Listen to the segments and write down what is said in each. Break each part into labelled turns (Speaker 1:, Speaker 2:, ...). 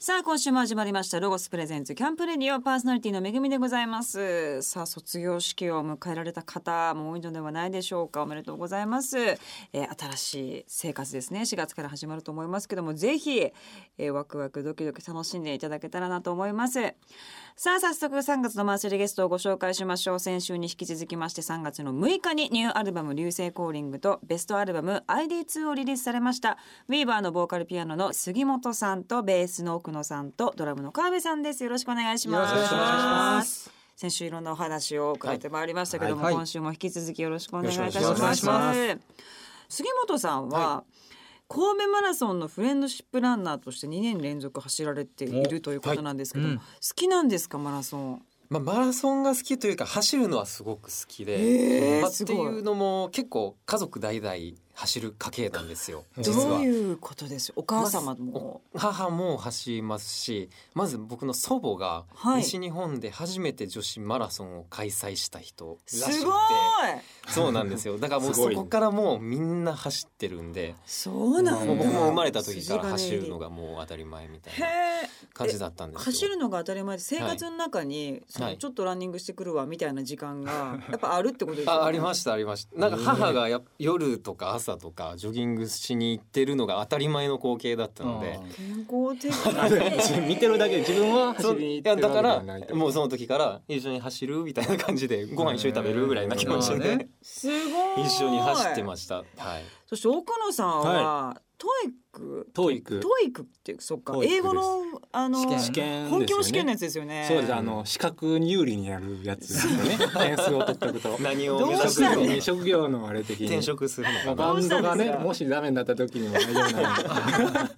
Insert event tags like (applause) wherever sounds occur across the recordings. Speaker 1: さあ今週も始まりましたロゴスプレゼンツキャンプレディオパーソナリティのめぐみでございますさあ卒業式を迎えられた方も多いのではないでしょうかおめでとうございます、えー新しい生活ですね4月から始まると思いますけどもぜひ、えーワクワクドキドキ楽しんでいただけたらなと思いますさあ早速3月のマンスリーゲストをご紹介しましょう先週に引き続きまして3月の6日にニューアルバム「流星コーリング」とベストアルバム「ID2」をリリースされましたウィーバーのボーカルピアノの杉本さんとベースの奥野さんとドラムの川辺さんですよろしくお願いします
Speaker 2: よろしくお願いします
Speaker 1: 先週いろんなお話を伺ってまいりましたけども、
Speaker 2: はいはい
Speaker 1: 今週も引き続きよろしくお願いいたし
Speaker 2: よろしくお願
Speaker 1: ま
Speaker 2: い
Speaker 1: す
Speaker 2: しま
Speaker 1: 杉本さんは、神戸マラソンのフレンドシップランナーとして2年連続走られているということなんですけど、
Speaker 2: はいうん
Speaker 1: 好きなんですかマラソン
Speaker 2: まあ、マラソンが好きというか走るのはすごく好き
Speaker 1: へー
Speaker 2: で、まあ、っ
Speaker 1: す
Speaker 2: て
Speaker 1: ごい
Speaker 2: いうのも結構家族代々走る家系なんで
Speaker 1: (laughs)
Speaker 2: すよ
Speaker 1: ど
Speaker 2: 実
Speaker 1: う
Speaker 2: は。
Speaker 1: いうことですお母様も、
Speaker 2: 母も走りますしまず僕の祖母が
Speaker 1: はい
Speaker 2: 西日本で初めて女子マラソンを開催した人らしくて、
Speaker 1: すごい
Speaker 2: そうなんですよだからもう
Speaker 3: すご
Speaker 2: そ
Speaker 3: い
Speaker 2: こからもうみんな走ってるんで
Speaker 1: そうなんだ
Speaker 2: もう僕も生まれた時から走るのがもう当たり前みたいな
Speaker 1: へえ
Speaker 2: 感じだったんですよ
Speaker 1: 走るのが当たり前で生活の中に、その
Speaker 2: はい
Speaker 1: ちょっとランニングしてくるわみたいな時間がやっぱあるってことですよね
Speaker 2: あありましたありましたなんか母がやっ夜とか朝とかジョギングしに行ってるのが当たり前の光景だったので
Speaker 1: 健康的
Speaker 3: 見てるだけで自分は
Speaker 2: そ
Speaker 3: 走
Speaker 2: う
Speaker 3: りに
Speaker 2: い
Speaker 3: 行
Speaker 2: や
Speaker 3: って
Speaker 2: だ
Speaker 3: るわ
Speaker 2: か
Speaker 3: けでは
Speaker 2: ら
Speaker 3: ないと
Speaker 2: もうその時から一緒に走るみたいな感じでご飯一緒に食べるぐらいな気持ち
Speaker 3: うん
Speaker 2: で
Speaker 1: すごい
Speaker 2: 一緒に走って
Speaker 1: す
Speaker 2: ましたはい
Speaker 1: そして奥野さんは、トイック
Speaker 3: トイック
Speaker 1: トイックっていうそっか
Speaker 3: TOEIC
Speaker 1: 英語のあの
Speaker 2: 試験
Speaker 3: 試験ですよね
Speaker 1: 本教試験のやつですよね
Speaker 3: そうですあの資格に有利になるやつですよ
Speaker 1: (laughs)
Speaker 3: ね点数を取っておくと
Speaker 2: 何を
Speaker 1: どう
Speaker 2: 目指す
Speaker 1: した
Speaker 2: の
Speaker 1: んだ
Speaker 2: に
Speaker 3: 職業のあれ的に
Speaker 2: 転職する
Speaker 3: まあ
Speaker 2: のかな
Speaker 3: バン
Speaker 1: どう
Speaker 3: ドが
Speaker 1: したんで
Speaker 3: ね
Speaker 1: すか
Speaker 3: もしダメになった時にも大丈
Speaker 1: (laughs)
Speaker 3: 夫なんで (laughs) ま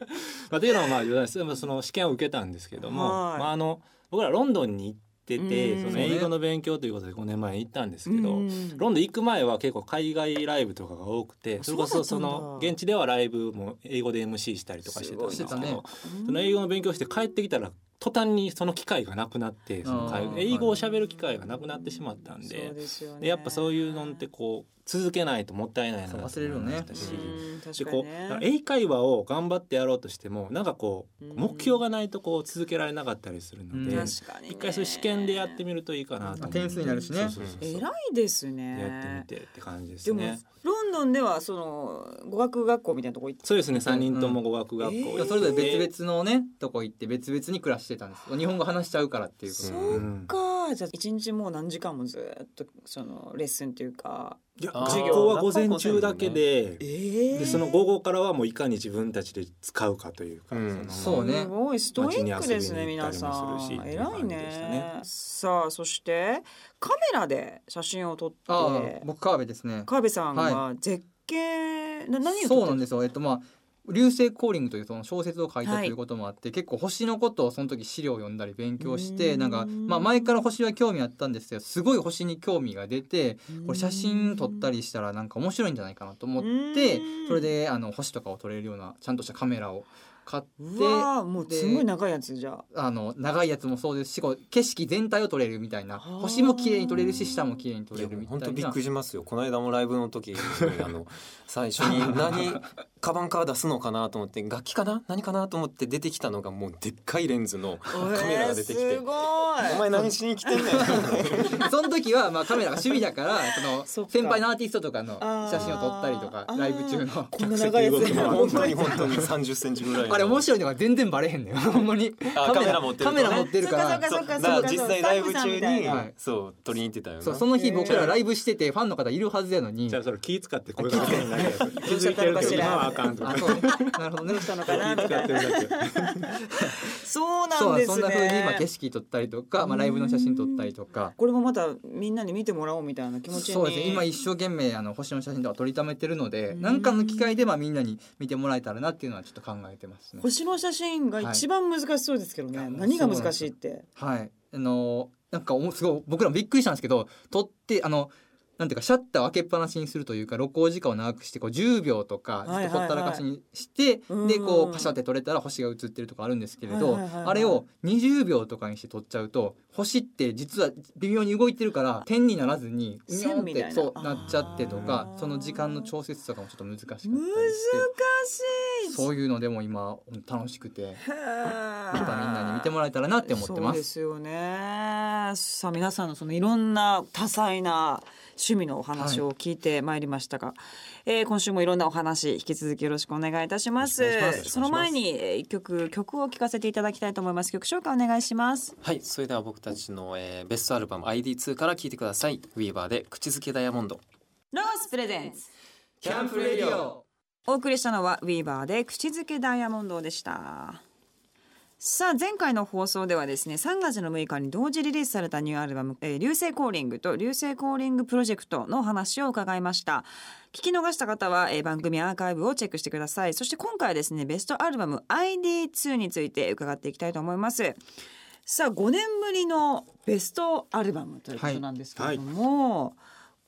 Speaker 3: あというのはまあ余談ですでもその試験を受けたんですけども、
Speaker 1: はい
Speaker 3: まあ、あの僕らロンドンに行って
Speaker 1: うん
Speaker 3: てその英語の勉強ということで5年前に行ったんですけど、
Speaker 1: うん
Speaker 3: ロンドン行く前は結構海外ライブとかが多くてそれこ
Speaker 1: そうだ
Speaker 3: そ
Speaker 1: った
Speaker 3: そ
Speaker 1: んだ
Speaker 3: の現地ではライブも英語で MC したりとかしてたんですけ
Speaker 2: すごいね
Speaker 3: どその英語の勉強して帰ってきたら途端にその機会がなくなってその海英語を喋る機会がなくなってしまったん
Speaker 1: そう
Speaker 3: で
Speaker 1: ですよね
Speaker 3: でやっぱそういうのってこう続けないともったいないなと思いま
Speaker 4: そう忘れるよね
Speaker 3: したし
Speaker 1: うん確
Speaker 3: で
Speaker 1: かに
Speaker 3: こう
Speaker 1: ね
Speaker 3: だから英会話を頑張ってやろうとしてもなんかこう
Speaker 1: うん
Speaker 3: 目標がないとこう続けられなかったりするので
Speaker 4: うん
Speaker 3: 一
Speaker 1: 確かにね
Speaker 3: 回そういう試験でやってみるといいかなと思って
Speaker 4: 点数になるしね
Speaker 3: そうそうそうそう
Speaker 1: 偉いですね
Speaker 3: やってみてって感じです
Speaker 1: でも
Speaker 3: ね。
Speaker 1: ロンドンではその語学学校みたいなとこ行って
Speaker 3: そうですね3人とも語学学校行って、
Speaker 1: えー
Speaker 4: それぞれ別々のねとこ行って別々に暮らしてたんですよ日本語話しちゃうからっていうか
Speaker 1: そうかじゃあ一日もう何時間もずっとそのレッスンというか
Speaker 3: いや
Speaker 2: あー
Speaker 3: 授業は午前中だけで、
Speaker 1: え
Speaker 3: でその午後からはもういかに自分たちで使うかというか、
Speaker 2: うん
Speaker 4: そうね
Speaker 1: すごいストイックですね
Speaker 3: 街に遊びに行
Speaker 1: 皆
Speaker 3: ったり
Speaker 1: さ
Speaker 3: もす
Speaker 1: ん
Speaker 3: るし
Speaker 1: 偉い
Speaker 3: っていう感じでした
Speaker 1: ね
Speaker 3: ね
Speaker 1: さあそしてカメラで写真を撮って
Speaker 4: ああ僕川辺ですね
Speaker 1: 川辺さんは絶景、な何を撮って
Speaker 4: そうなんですよえっとまあ流星コーリングというその小説を書いた
Speaker 1: は
Speaker 4: と
Speaker 1: い
Speaker 4: いうこともあって、結構星のことをその時資料を読んだり勉強して
Speaker 1: うん
Speaker 4: なんか、まあ、前から星は興味あったんですけどすごい星に興味が出てこれ写真撮ったりしたらなんか面白いんじゃないかなと思って
Speaker 1: うん
Speaker 4: それであの星とかを撮れるようなちゃんとしたカメラを買って
Speaker 1: うわあもうすごい長いやつじゃあ
Speaker 4: あの長いやつもそうですしこう景色全体を撮れるみたいな
Speaker 1: ー
Speaker 4: 星も綺麗に撮れるし下も綺麗に撮
Speaker 2: い
Speaker 4: れ
Speaker 2: や
Speaker 4: るみたい
Speaker 2: 本
Speaker 4: な
Speaker 2: 当びっくりしますよこの間もライブの
Speaker 3: (laughs)
Speaker 2: 時にあの最初に何カバンから出すのかなと思って楽器かな何かなと思って出てきたのがもうでっかいレンズのカメラが出てき
Speaker 1: えー
Speaker 2: て
Speaker 1: すごい
Speaker 2: 「お前何しに来てんねん」
Speaker 4: その時はまあカメラが趣味だからその
Speaker 1: そっか
Speaker 4: 先輩のアーティストとかの
Speaker 1: あー
Speaker 4: 写真を撮ったりとか
Speaker 1: あー
Speaker 4: ライブ中の
Speaker 1: こんな
Speaker 4: (laughs)
Speaker 1: 長いやつ
Speaker 3: 客席動き回
Speaker 2: 本当に本当に30センチぐらいの
Speaker 4: あれ面白いのが全然バレへんのよほんまに
Speaker 2: あカメラ持ってるとね
Speaker 4: カメラ持ってるか
Speaker 1: そっ
Speaker 4: ら
Speaker 1: かそっか
Speaker 2: だから
Speaker 1: そっか
Speaker 2: 実際ライブ中に、
Speaker 4: はい
Speaker 2: そう撮りに行ってたよな
Speaker 4: そうその日僕
Speaker 1: へー
Speaker 4: らライブしててファンの方いるはずやのに
Speaker 3: じゃあそれ気使ってこれ (laughs) が気づいて
Speaker 1: ど
Speaker 3: る
Speaker 1: うしちゃったのかし
Speaker 3: けど
Speaker 1: ら
Speaker 3: 今はあか (laughs) んとか
Speaker 4: あそうね (laughs) なるほどね
Speaker 1: どうしたのかなみ
Speaker 3: 気
Speaker 1: た
Speaker 3: 使っ
Speaker 1: い
Speaker 3: て
Speaker 1: な
Speaker 3: るだけ
Speaker 1: そうな
Speaker 4: そ
Speaker 1: ん
Speaker 4: う
Speaker 1: ですね
Speaker 4: そんな風にまあ景色撮ったりとかまあライブの写真撮ったりとか
Speaker 1: これもまたみんなに見てもらおうみたいな気持ちに
Speaker 4: そうですね今一生懸命あの星の写真とか撮りためてるので
Speaker 1: うん
Speaker 4: 何かの機会でまあみんなに見てもらえたらなっていうのはちょっと考えてますね。
Speaker 1: 星の写真が一番難しそうですけどね、
Speaker 4: はい
Speaker 1: 何が難しいって
Speaker 4: はいあのなんかおもすごい僕らもびっくりしたんですけど撮ってあのなんていうかシャッターを開けっぱなしにするというか録音時間を長くしてこう10秒とか
Speaker 1: はいはい
Speaker 4: ず
Speaker 1: は
Speaker 4: っ
Speaker 1: い
Speaker 4: とほったらかしにして、
Speaker 1: うん
Speaker 4: でこうパシャって撮れたら星が映ってるとかあるんですけれど、
Speaker 1: はいはいはいはい
Speaker 4: あれを20秒とかにして撮っちゃうと星って実は微妙に動いてるから点にならずにうにょん
Speaker 1: 線
Speaker 4: っ
Speaker 1: みたいな
Speaker 4: てそうなっちゃってとか
Speaker 1: あー
Speaker 4: その時間の調節とかもちょっと難しかったりして
Speaker 1: 難しいい
Speaker 4: そういうのでも今楽しくて
Speaker 1: へ
Speaker 4: またみんなに見てもらえたらなって思って
Speaker 1: そ
Speaker 4: ま。
Speaker 1: うですすよね。さあ皆さんのそのいろんな多彩な趣味のお話を聞いてまいりましたが、えー今週もいろんなお話引き続きよろしくお願いいたします。
Speaker 2: よろしくお願いします
Speaker 1: その前にえー一曲曲を聞かせていただきたいと思います。曲紹介お願いします。
Speaker 2: はいそれでは僕たちの、えーベストアルバム ID2 から聴いてくださいウィーバーで口づけダイヤモンド
Speaker 1: ロースプレゼンツ。
Speaker 2: キャンプレディ
Speaker 4: オ。
Speaker 1: お送りしたのはウィーバーで口づけダイヤモンドでした。さあ前回の放送ではですね3月の6日に同時リリースされたニューアルバム「えー、流星コーリング」と「流星コーリングプロジェクト」のお話を伺いました聞き逃した方は、えー番組アーカイブをチェックしてくださいそして今回はですねベストアルバム「ID2」について伺っていきたいと思いますさあ5年ぶりのベストアルバムということなんですけれども、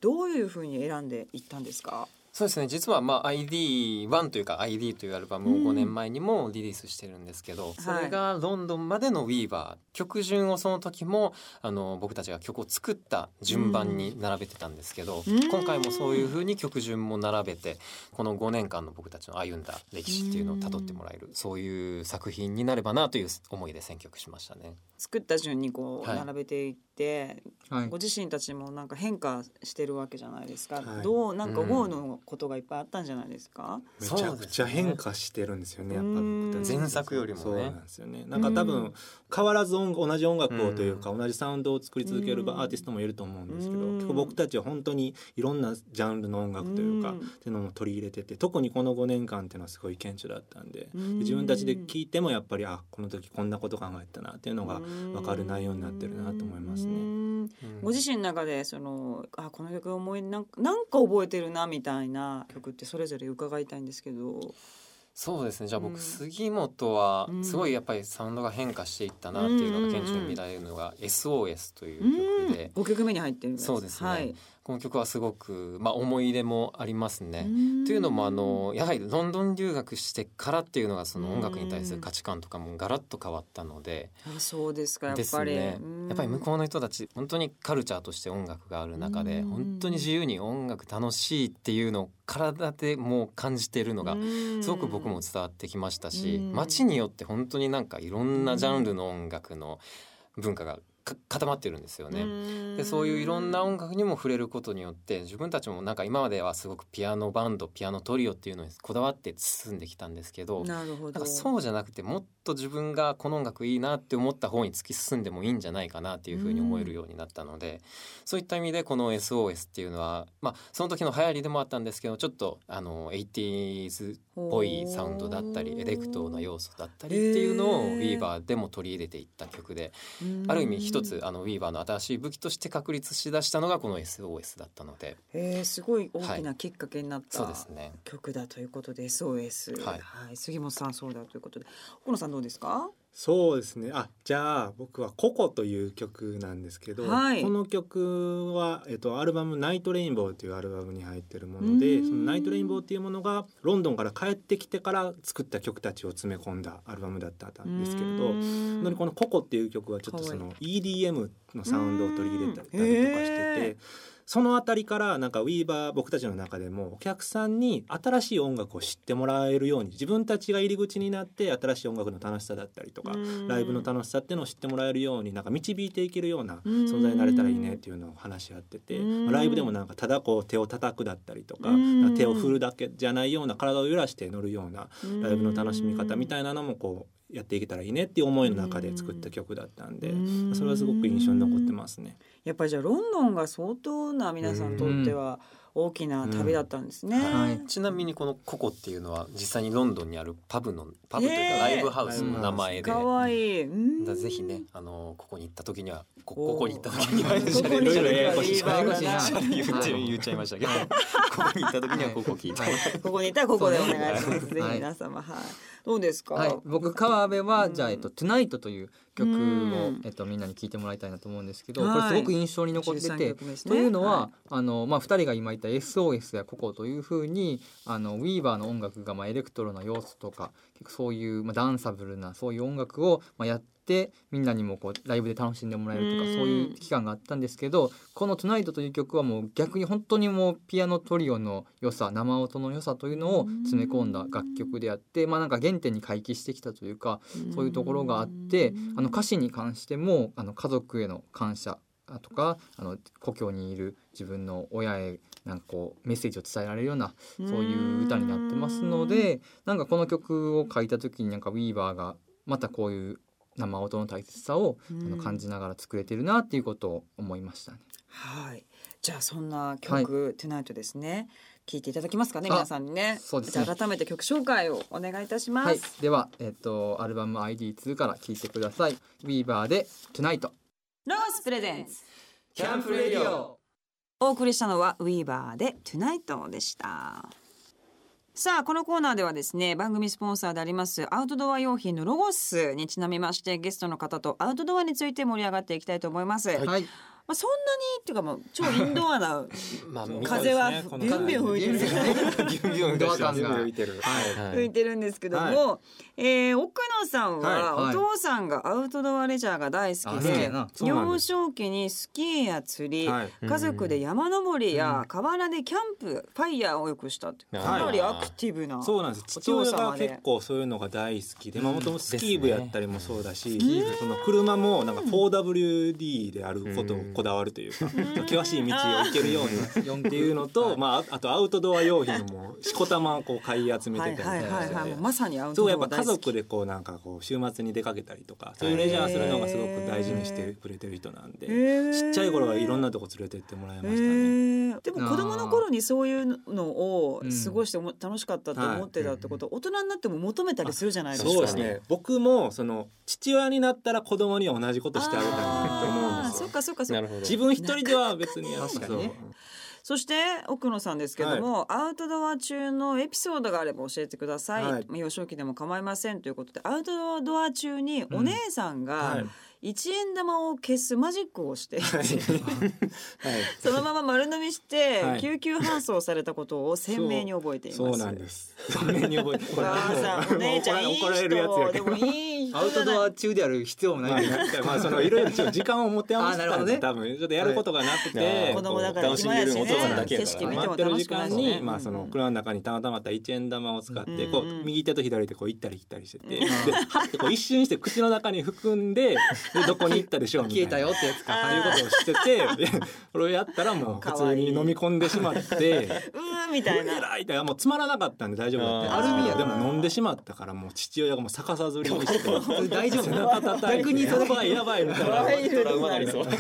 Speaker 1: どういうふうに選んでいったんですか
Speaker 2: そうですね実はまあ ID1 というか ID というアルバム
Speaker 1: うん
Speaker 2: を5年前にもリリースしてるんですけど、そ
Speaker 1: は
Speaker 2: れ
Speaker 1: い
Speaker 2: がロンドンまでのウィーバー曲順をその時もあの僕たちが曲を作った順番に並べてたんですけど、
Speaker 1: うん
Speaker 2: 今回もそういう風に曲順も並べてこの5年間の僕たちの歩んだ歴史っていうのを辿ってもらえるそういう作品になればなという思いで選曲しましたね。
Speaker 1: 作った順にこう
Speaker 2: はい
Speaker 1: 並べていって、
Speaker 4: はい
Speaker 1: ご。自身たちもなんか変化してるわけじゃないですか、
Speaker 3: はい
Speaker 1: どうなんか思うのことがいっぱいあったんじゃないですか、
Speaker 3: めちゃくちゃ変化してるんですよねやっぱ僕たち
Speaker 2: 前作よりもね
Speaker 3: そうなんですよねなんか多分変わらず音同じ音楽をというか同じサウンドを作り続ける
Speaker 1: うん
Speaker 3: アーティストもいると思うんですけど
Speaker 1: うん
Speaker 3: 結構僕たちは本当にいろんなジャンルの音楽というか
Speaker 1: う
Speaker 3: っ
Speaker 1: ん
Speaker 3: ていうのも取り入れてて特にこの5年間っていうのはすごい顕著だったんでで
Speaker 1: うん
Speaker 3: 自分たちで聴いてもやっぱりあこの時こんなこと考えてたなっていうのが分かる内容になってるなと思います
Speaker 1: う
Speaker 3: ね。
Speaker 1: んご自身の中でそのあこの曲思いなんかなんか覚えてるなみたいな曲ってそれぞれ伺いたいんですけど
Speaker 2: そうですねじゃあ
Speaker 1: うん
Speaker 2: 僕杉本は
Speaker 1: うん
Speaker 2: すごいやっぱりサウンドが変化していったなっていうのが顕著に見られるのが「SOS」という曲で
Speaker 1: 5曲目に入ってるんです
Speaker 2: そうですね
Speaker 1: はい、
Speaker 2: この曲はすごく、まあ、思い入れもありますね。
Speaker 1: と
Speaker 2: というのもあのやはりロンドン留学してからっていうのがその音楽に対する価値観とかもガラッと変わったので
Speaker 1: あそうですかやっ
Speaker 2: です
Speaker 1: ぱり、
Speaker 2: ね
Speaker 1: うん
Speaker 2: やっぱり向こうの人たち本当にカルチャーとして音楽がある中で
Speaker 1: うん
Speaker 2: 本当に自由に音楽楽しいっていうのを体でもう感じているのが
Speaker 1: うん
Speaker 2: すごく僕も伝わってきましたし
Speaker 1: うん
Speaker 2: 街によって本当になんかいろんなジャンルの音楽の文化がか固まってるんですよね。でそういういろんな音楽にも触れることによって自分たちもなんか今まではすごくピアノバンドピアノトリオっていうのにこだわって進んできたんですけど
Speaker 1: なるほ
Speaker 2: なん
Speaker 1: ど
Speaker 2: かそうじゃなくてもっと自分がこの音楽いいなって思った方に突き進んでもいいんじゃないかなっていうふうに思えるようになったので、そういった意味でこの SOS っていうのはまあその時の流行りでもあったんですけどちょっとあの 80s っぽいサウンドだったりエレクトな要素だったりっていうのを
Speaker 1: へー
Speaker 2: Weaver でも取り入れていった曲である意味一つあの Weaver の新しい武器として確立しだしたのがこの SOS だったので
Speaker 1: えー、すごい大
Speaker 2: は
Speaker 1: き
Speaker 2: い
Speaker 1: なきっかけになった、
Speaker 2: そうですね。
Speaker 1: 曲だということで SOS、は
Speaker 2: はいい
Speaker 1: 杉本さんそうだということで小野さんどうですか
Speaker 3: そうですねあじゃあ僕は「ココ」という曲なんですけど、
Speaker 1: はい
Speaker 3: この曲は、えっと、アルバム「ナイトレインボー」というアルバムに入ってるもので
Speaker 1: うん
Speaker 3: そのナイトレインボーっていうものがロンドンから帰ってきてから作った曲たちを詰め込んだアルバムだったんですけれど。本当にこの「ココ」っていう曲はちょっとその EDM のサウンドを取り入れたりとか
Speaker 1: うん
Speaker 3: して
Speaker 1: へー
Speaker 3: てそのあたりからなんかウィーバー僕たちの中でもお客さんに新しい音楽を知ってもらえるように自分たちが入り口になって新しい音楽の楽しさだったりとかライブの
Speaker 1: し
Speaker 3: 楽しさっていうのを知ってもらえるようになんか導いていけるような
Speaker 1: うん
Speaker 3: 存在になれたらいいねっていうのを話し合ってて、
Speaker 1: うん
Speaker 3: まあライブでもなんかただこう手を叩くだったりとか
Speaker 1: うん
Speaker 3: なんか手を振るだけじゃないような体を揺らして乗るような
Speaker 1: み
Speaker 3: ライブの楽しみ方み
Speaker 1: い
Speaker 3: たいなのもこうやっていけたらいいねっていう思いの中で作った曲だったんでそれはすごく印象に残ってますね。
Speaker 1: やっぱりじゃあロンドンが相当な皆さんにとっては大きな旅だったんですね、
Speaker 2: うん
Speaker 4: はい
Speaker 2: ちなみにこのココっていうのは実際にロンドンにあるパブのパブという
Speaker 1: ねえ
Speaker 2: かライブハウスの名前で、
Speaker 1: かわいい、うん
Speaker 2: だからぜひねあのここに行った時にはこ
Speaker 1: おー
Speaker 2: ここに行った時に
Speaker 1: こ
Speaker 2: は
Speaker 1: こに行った時
Speaker 2: いろいろややこしい
Speaker 1: に
Speaker 2: しゃ
Speaker 1: は
Speaker 2: れ
Speaker 1: ややこ
Speaker 2: 言
Speaker 1: しいな
Speaker 2: っちゃい言っちゃいましたけどここに行った時にはここ聞いて、
Speaker 4: はい
Speaker 1: ここにいたらここでお願いします、
Speaker 4: そうね
Speaker 1: ぜひ皆様はい、どうですか、
Speaker 4: はい、僕川辺
Speaker 1: う
Speaker 4: は
Speaker 1: ん
Speaker 4: じゃあ、えっと「Tonight」という曲
Speaker 1: う
Speaker 4: を
Speaker 1: ん、
Speaker 4: えっと、みんなに聴いてもらいたいなと思うんですけど、
Speaker 1: はい
Speaker 4: これすごく印象に残って
Speaker 1: 13
Speaker 4: て、
Speaker 1: 曲目ですね
Speaker 4: というのは、
Speaker 1: は
Speaker 4: あのまあ、2人が今言った「SOS」や「ココ」というふうにあのウィーバーの音楽が、まあ、エレクトロな要素とか結構そういう、まあ、ダンサブルなそういう音楽を、まあ、やってってみんなにもこうライブで楽しんでもらえると
Speaker 1: う
Speaker 4: か
Speaker 1: ん
Speaker 4: そういう期間があったんですけどこの「TONIGHT」という曲はもう逆に本当にもうピアノトリオの良さ生音の良さというのを詰め込んだ楽曲であってまあなんか原点に回帰してきたというかそういうところがあってあの歌詞に関してもあの家族への感謝とかあの故郷にいる自分の親へなんかこうメッセージを伝えられるような
Speaker 1: そう
Speaker 4: そういう歌になってますのでなんかこの曲を書いた時になんかウィーバーがまたこういう生音の大切さをあの感じながら作れてるなっていうことを思いましたね。
Speaker 1: はい。じゃあそんな曲、トゥナイトですね。聞いていただきますかね、皆さんにね。
Speaker 4: そうですね
Speaker 1: じゃあ改めて曲紹介をお願いいたします。
Speaker 4: はい、では、えっと、アルバム ID2 から聴いてください。ウィーバーで Tonight。
Speaker 1: ロースプレゼンス。
Speaker 4: キャンプレディオ。
Speaker 1: お送りしたのはウィーバーでトゥナイトでした。さあこのコーナーではですね番組スポンサーでありますアウトドア用品のロゴスにちなみましてゲストの方とアウトドアについて盛り上がっていきたいと思います、ま
Speaker 4: はい。
Speaker 1: あ、そんなにっていうかもう超インドア
Speaker 3: (laughs)
Speaker 1: な
Speaker 2: まあ
Speaker 3: そう
Speaker 1: 風は
Speaker 3: そうで
Speaker 1: ビュ
Speaker 3: すね
Speaker 1: ンビュン吹いてる
Speaker 4: ビュンビュン
Speaker 2: ギュンギュン出してます
Speaker 4: ドア感が
Speaker 3: 浮いて
Speaker 2: は
Speaker 3: る。
Speaker 2: い
Speaker 1: 吹いてるんですけども、えー奥野さんは、
Speaker 4: はいはい
Speaker 1: お父さんがアウトドアレジャーが大好き
Speaker 4: あ好き
Speaker 1: で
Speaker 4: やな
Speaker 3: そうなん
Speaker 1: 幼
Speaker 3: です
Speaker 1: 少期にスキーや釣り、
Speaker 3: はい。
Speaker 1: 家族で山登りや河原でキャンプファイヤーをよくしたって
Speaker 2: はい
Speaker 1: かなりアクティブな。
Speaker 3: そうなんです
Speaker 1: お
Speaker 3: 父
Speaker 1: 父
Speaker 3: 親
Speaker 1: 様
Speaker 3: が
Speaker 1: で
Speaker 3: 結構そういうのが大好きでまあもともとスキー部やったりもそうだし、
Speaker 1: ですね
Speaker 3: その車もなんか 4WD であることをこだわるというか、険しい道を行けるようにっていうのと、まあ、あとアウトドア用品もしこたまをこう買い集め
Speaker 1: は
Speaker 3: て
Speaker 1: い
Speaker 3: た
Speaker 1: はい
Speaker 3: りとか
Speaker 1: は
Speaker 3: し
Speaker 1: い
Speaker 3: て
Speaker 1: はい、も
Speaker 3: て
Speaker 1: うまさにアウ
Speaker 3: そ
Speaker 1: ト
Speaker 3: うやっ
Speaker 1: ド
Speaker 3: ぱ
Speaker 1: ア
Speaker 3: 家
Speaker 1: 大好き。
Speaker 3: 族でこうなんかこう週末に出かけたりとかそういうレジャーするのがすごく大事にしてくれてる人なんで、ちっちゃい頃はいろん
Speaker 1: な
Speaker 3: なとこ連れてってもらいました
Speaker 1: で
Speaker 3: ね。
Speaker 1: でも子供の頃にそういうのを過ごしておも楽しかったと思ってたってこと、大人になっても求めたりするじゃないですか。
Speaker 3: そうですね僕もその父親になったら子供には同じことしてあげたいなと思うん
Speaker 1: あ
Speaker 3: で
Speaker 1: ー
Speaker 3: す
Speaker 1: そ
Speaker 3: よ
Speaker 1: っかそっかそっ
Speaker 2: な
Speaker 1: か
Speaker 2: るほど
Speaker 3: 自分一人では別にやっぱ
Speaker 4: 確かにね
Speaker 1: そして奥野さんですけども、アウトドア中のエピソードがあれば教えてください、
Speaker 3: はい
Speaker 1: まあ幼少期でも構いませんということでアウトドア中にお姉さん
Speaker 3: そうは
Speaker 1: が
Speaker 3: い
Speaker 1: 一円玉を消すマジックをして、 (laughs)
Speaker 3: はい
Speaker 1: そのまま丸飲みして
Speaker 3: はい
Speaker 1: 救急搬送されたことを鮮明に覚えています。
Speaker 3: そうなんですそんなに覚えて
Speaker 1: お母さ
Speaker 3: (laughs)
Speaker 1: んお姉ちゃんいい
Speaker 3: 怒られるやつ
Speaker 1: 人
Speaker 3: や
Speaker 1: で
Speaker 3: け
Speaker 1: も
Speaker 3: ど
Speaker 1: いい人
Speaker 4: アウトドア中である必要も
Speaker 3: ま
Speaker 4: な
Speaker 3: あ
Speaker 4: いけど。
Speaker 3: なんかまあそのいろいろちょっと時間を持て余してたんで、
Speaker 4: あな
Speaker 3: 多分ちょっとやることがなくて、
Speaker 2: はい
Speaker 1: 子供だから
Speaker 3: こう楽しめるお父さんだけや
Speaker 2: 景
Speaker 3: か
Speaker 2: 色
Speaker 3: ら
Speaker 2: 見
Speaker 1: ても
Speaker 3: ってる
Speaker 1: 楽し
Speaker 3: 時
Speaker 1: くな
Speaker 3: 間
Speaker 1: いしね
Speaker 3: に、
Speaker 1: うん
Speaker 3: まあその車の中にたまたまあった一円玉を使って、こ
Speaker 1: うんうん
Speaker 3: う右手と左手こう行ったり来たりしてて、ではってこう一瞬して口の中に含んで、でどこに行ったでしょうみた
Speaker 4: 消え
Speaker 3: い
Speaker 4: たよ
Speaker 3: な。
Speaker 4: ってやつか。
Speaker 3: ということをしてて、でこれをやったらもう普通に飲み込んでしまって、
Speaker 1: うーみたいな。
Speaker 3: 偉いだもうつまらなかったんで大丈夫だったんですけど
Speaker 1: あー
Speaker 3: でも飲んでしまったからもう父親がもう逆さずりにして
Speaker 4: 大丈夫
Speaker 3: 背中叩いて
Speaker 4: 逆にそれ
Speaker 3: やばいやばいみ (laughs) たいな
Speaker 1: ワイル
Speaker 2: トラウ
Speaker 1: ド
Speaker 2: マな
Speaker 1: な
Speaker 2: りそう
Speaker 3: ま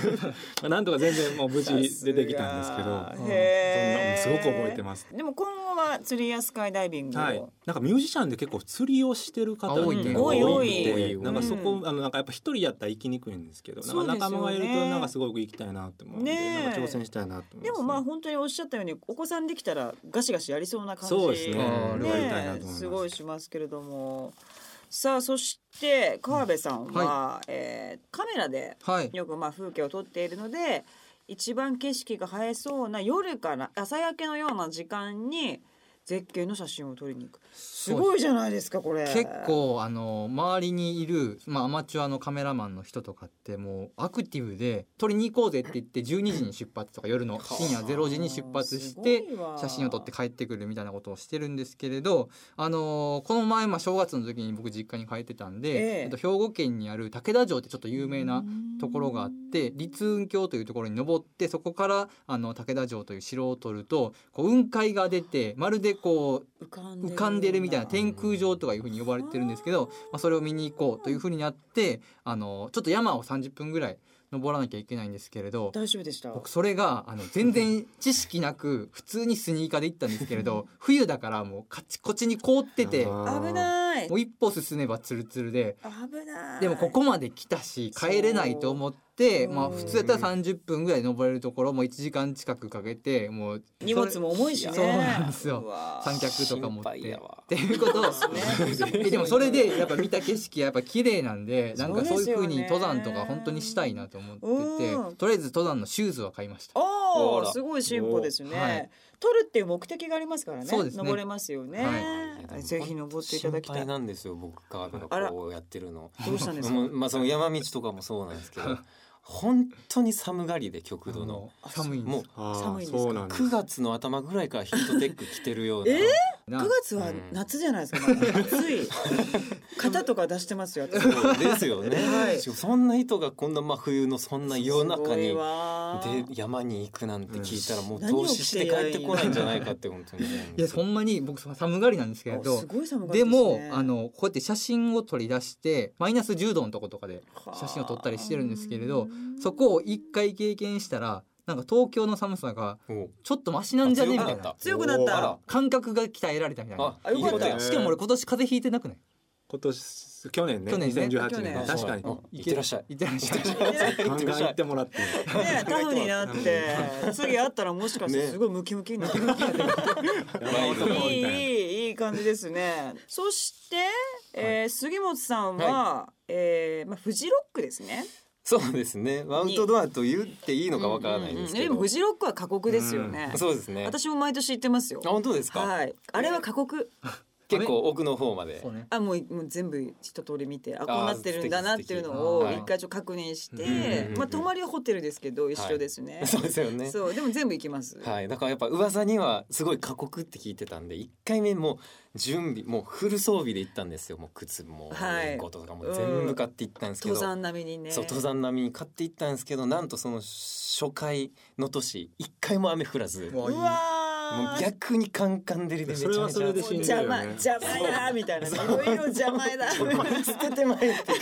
Speaker 3: あなんとか全然もう無事出てきたんですけど、
Speaker 1: さす
Speaker 3: そ
Speaker 1: が
Speaker 3: ん
Speaker 1: へ
Speaker 3: な
Speaker 1: ー
Speaker 3: すごく覚えてます。
Speaker 1: でも今後は釣りやスカイダイビングを、
Speaker 3: はい、なんかミュージシャンで結構釣りをしてる方が
Speaker 4: 多
Speaker 3: 多
Speaker 4: い
Speaker 3: い
Speaker 4: ね
Speaker 3: 多い
Speaker 2: 多い多
Speaker 3: で
Speaker 2: い
Speaker 3: なんかそこ、
Speaker 1: うん
Speaker 3: あのなんかやっぱ一人やったら行きにくいんですけどなんか
Speaker 1: そうですよね
Speaker 3: 仲間がいるとなんかすごく行きたいなって思うんで、
Speaker 1: ねえ
Speaker 3: なんか挑戦したいなと思います、
Speaker 1: でもまあ本当におっしゃったようにお子さんできたらガシガシやりそうな感じ
Speaker 3: そうですね
Speaker 4: うん
Speaker 1: ね
Speaker 4: やり
Speaker 3: たいなと思います
Speaker 1: すごいしますけれどもさあそして川辺さんは、えーカメラで
Speaker 4: はい。
Speaker 1: よくまあ風景を撮っているので一番景色が映えそうな夜から朝焼けのような時間に絶景の写真を撮りに行くす
Speaker 4: す
Speaker 1: ごいじゃないですかこれ
Speaker 4: 結構あの周りにいる、まあ、アマチュアのカメラマンの人とかってもうアクティブで撮りに行こうぜって言って12時に出発とか夜の深夜0時に出発して写真を撮って帰ってくるみたいなことをしてるんですけれど、あのこの前まあ正月の時に僕実家に帰ってたん
Speaker 1: ええ
Speaker 4: で、えっと、兵庫県にある武田城ってちょっと有名なところがあって立雲峡というところに登ってそこからあの武田城という城を取るとこう雲海が出てまるでこう
Speaker 1: 浮かんで
Speaker 4: 浮かんでるみたいな
Speaker 1: 天
Speaker 4: 天空城とかいうふうに呼ばれてるんですけど、まあ、それを見に行こうというふうになってあのちょっと山を30分ぐらい登らなきゃいけないんですけれど
Speaker 1: 大丈夫でした
Speaker 4: 僕それがあの全然知識なく普通にスニーカーで行ったんですけれど冬だからもうカチコチに凍って
Speaker 3: (laughs)
Speaker 4: ても
Speaker 1: 危ない危
Speaker 4: う一歩進めばツルツルで
Speaker 1: ない
Speaker 4: でもここまで来たし帰れないと思って、
Speaker 1: そう
Speaker 4: まあ、普通やったら30分ぐらい登れるところも1時間近くかけてもう
Speaker 1: 荷物も重いしね
Speaker 4: そうなんですよ
Speaker 1: うわー
Speaker 4: 三脚とか持って。
Speaker 2: 心配やわ
Speaker 4: っていうことを
Speaker 1: (laughs) そうね
Speaker 2: (laughs)
Speaker 4: えでもそれでやっぱ見た景色やっぱ綺麗なん
Speaker 1: (laughs)
Speaker 4: でなんかそういう風に
Speaker 1: そうですよね
Speaker 4: 登山とか本当にしたいなと思って
Speaker 1: う
Speaker 4: て
Speaker 1: ん
Speaker 4: とりあえず登山のシューズは買いました。
Speaker 1: お
Speaker 2: あ
Speaker 1: お
Speaker 2: ら
Speaker 1: すごい進歩ですね、
Speaker 4: はい
Speaker 1: 取るっていう目的がありますからね
Speaker 4: そうですね
Speaker 1: 登れますよね、
Speaker 4: は
Speaker 2: やでも
Speaker 1: ぜひ登っていただきたい
Speaker 2: 心配なんですよ僕カーブ
Speaker 1: あ
Speaker 2: が
Speaker 1: ら
Speaker 2: こうやってるの
Speaker 1: どうしたんですか
Speaker 2: もうまあその山道とかもそうなんですけど本当に寒がりで極度の
Speaker 4: もう寒いん
Speaker 2: もう
Speaker 4: です
Speaker 3: あー
Speaker 1: 寒いんですか
Speaker 3: そうなんです
Speaker 2: 9月の頭ぐらいからヒートテック着てるような、
Speaker 1: えー
Speaker 4: な
Speaker 1: 9月は夏じゃないですか、ま
Speaker 2: (laughs)
Speaker 1: だ暑い肩とか出してますよ私
Speaker 2: そうですよね、
Speaker 1: はい
Speaker 2: しかもそんな人がこんな真冬のそんな夜中
Speaker 1: すごい
Speaker 2: に
Speaker 1: わー
Speaker 2: で山に行くなんて聞いたらもう
Speaker 1: 何を
Speaker 2: 投資して帰ってこないんじゃないかって本当に思うん
Speaker 4: い
Speaker 2: で
Speaker 4: や
Speaker 2: す
Speaker 4: そんなに僕寒がりなんですけれ
Speaker 1: あ
Speaker 4: ど
Speaker 1: すごい寒かった
Speaker 4: です
Speaker 1: ね
Speaker 4: もあのこうやって写真を取り出してマイナス10度のとことかで写真を撮ったりしてるんですけれどそこを一回経験したらなんか東京の寒さが
Speaker 2: お
Speaker 4: ちょっとマシなんじゃねみ
Speaker 2: あ
Speaker 4: た
Speaker 2: 強
Speaker 4: い
Speaker 2: く
Speaker 1: 強くなっ
Speaker 4: な
Speaker 2: なった
Speaker 3: お
Speaker 2: あ
Speaker 1: た
Speaker 2: ら
Speaker 4: 感覚が鍛えられたみたいな
Speaker 2: あいい
Speaker 1: よか
Speaker 2: こ
Speaker 1: った
Speaker 2: とや
Speaker 4: しかも俺今年風邪ひいてなくない
Speaker 3: 今年去年ね
Speaker 4: 去年ね
Speaker 3: 2018年
Speaker 1: 去年
Speaker 3: 確かに
Speaker 2: あいってらっしゃい
Speaker 4: いってらっしゃい
Speaker 3: ガンガン行ってもらって
Speaker 2: (laughs)
Speaker 1: ねタフになって次会ったらもしかしてすごいムキムキにな
Speaker 2: (laughs)
Speaker 1: ってる、
Speaker 3: 山男みた
Speaker 1: いい
Speaker 3: いない
Speaker 1: いいい感じですねそして、えー、杉本さんは、えーまあ、フジロックですね
Speaker 2: そうですねアウトドアと言っていいのかわからないですけ
Speaker 1: うんうんうんで
Speaker 2: ど、
Speaker 1: もフジロックは過酷ですよね、
Speaker 2: そうですね
Speaker 1: 私も毎年行ってますよ
Speaker 2: あ本当ですか、
Speaker 1: はいあれは過酷
Speaker 2: 結構奥の方まで
Speaker 4: そうね
Speaker 1: あもうもう全部一通り見てあこうなってるんだなっていうの
Speaker 4: 素
Speaker 1: を
Speaker 4: 敵素敵
Speaker 1: 一回ちょっと確認し
Speaker 3: うんうん
Speaker 2: うん
Speaker 1: て
Speaker 2: うん
Speaker 1: まあ泊まりはホテルですけど一緒ですね、
Speaker 2: そうですよね
Speaker 1: そうでも全部行きます、
Speaker 2: はい、だからやっぱ噂にはすごい過酷って聞いてたんで1回目もう準備もうフル装備で行ったんですよもう靴も
Speaker 1: はい
Speaker 2: レインコートとかも全部買って行ったんですけど、
Speaker 1: 登山並みにね
Speaker 2: そう登山並みに買って行ったんですけどなんとその初回の年1回も雨降らず
Speaker 4: う
Speaker 2: もう
Speaker 4: わいいう
Speaker 1: わー
Speaker 2: 逆にカンカン照りでめちゃめちゃ
Speaker 3: それはそれでしんどい
Speaker 1: 邪
Speaker 3: よ
Speaker 1: 魔
Speaker 3: ね
Speaker 1: 邪魔だみたいなねいろいろ邪魔だ
Speaker 2: (laughs) 捨ててまえってい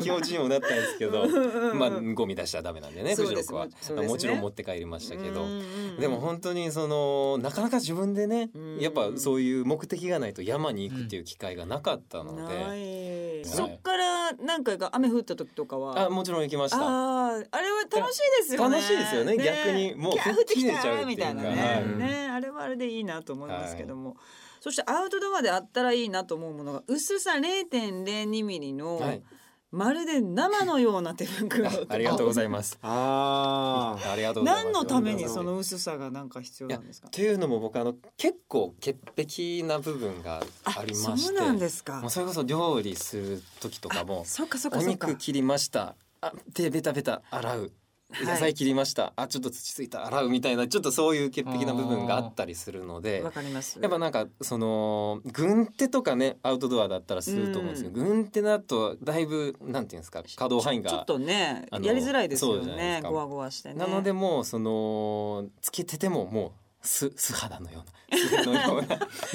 Speaker 2: う気持ちにもなったんですけどまあゴミ出したらダメなんでね
Speaker 1: そ
Speaker 2: フ
Speaker 1: う
Speaker 2: ジロ
Speaker 1: で
Speaker 2: ッ
Speaker 1: す
Speaker 2: クは
Speaker 1: そうですね
Speaker 2: もちろん持って帰りましたけど。
Speaker 1: うんうんうん
Speaker 2: でも本当にそのなかなか自分でね
Speaker 1: うん
Speaker 2: やっぱそういう目的がないと山に行くっていう機会がなかったの
Speaker 1: な
Speaker 2: で、
Speaker 1: い
Speaker 2: い
Speaker 1: そっから何回か雨降った時とかは
Speaker 2: あもちろん行きました。
Speaker 1: あーあれは楽しいですよね
Speaker 2: 楽しいですよね逆にもう
Speaker 1: キャー降ってきた
Speaker 2: 吹っ切れちゃうっていうか
Speaker 1: みたいなね,、
Speaker 3: はい
Speaker 1: ねあれはあれでいいなと思いますけども、そしてアウトドアであったらいいなと思うものが薄さ0.02ミリの、
Speaker 2: はい、
Speaker 1: まるで生のような手袋
Speaker 2: あありがとうござい
Speaker 1: (laughs)
Speaker 2: ます。
Speaker 3: あー
Speaker 2: ありがとうございます。
Speaker 1: 何のためにそ
Speaker 2: っ
Speaker 1: の薄さがなんか必要なんですか
Speaker 2: ていうのも僕あの結構潔癖な部分がありまし
Speaker 1: そ
Speaker 2: て、
Speaker 1: うなんですか
Speaker 2: もうそれこそ料理する時とかも
Speaker 1: そっかそっ
Speaker 2: お
Speaker 1: かそっか
Speaker 2: 肉切りましたあ手ベタベタ洗う
Speaker 1: はい
Speaker 2: 野菜切りました、あちょっと土ついた洗うみたいなちょっとそういう潔癖な部分があったりするので
Speaker 1: わかります
Speaker 2: やっぱなんかその軍手とかねアウトドアだったらすると思うんですけど、軍手だとだいぶなんていうんですか可動範囲
Speaker 1: ちょっ
Speaker 2: が。
Speaker 1: とね
Speaker 2: あの
Speaker 1: やりづらいですよ
Speaker 2: そうじゃないで
Speaker 1: ね
Speaker 2: すか
Speaker 1: ごわごわしてね
Speaker 2: なのでもうそのつけててももう素素肌のような素手のよう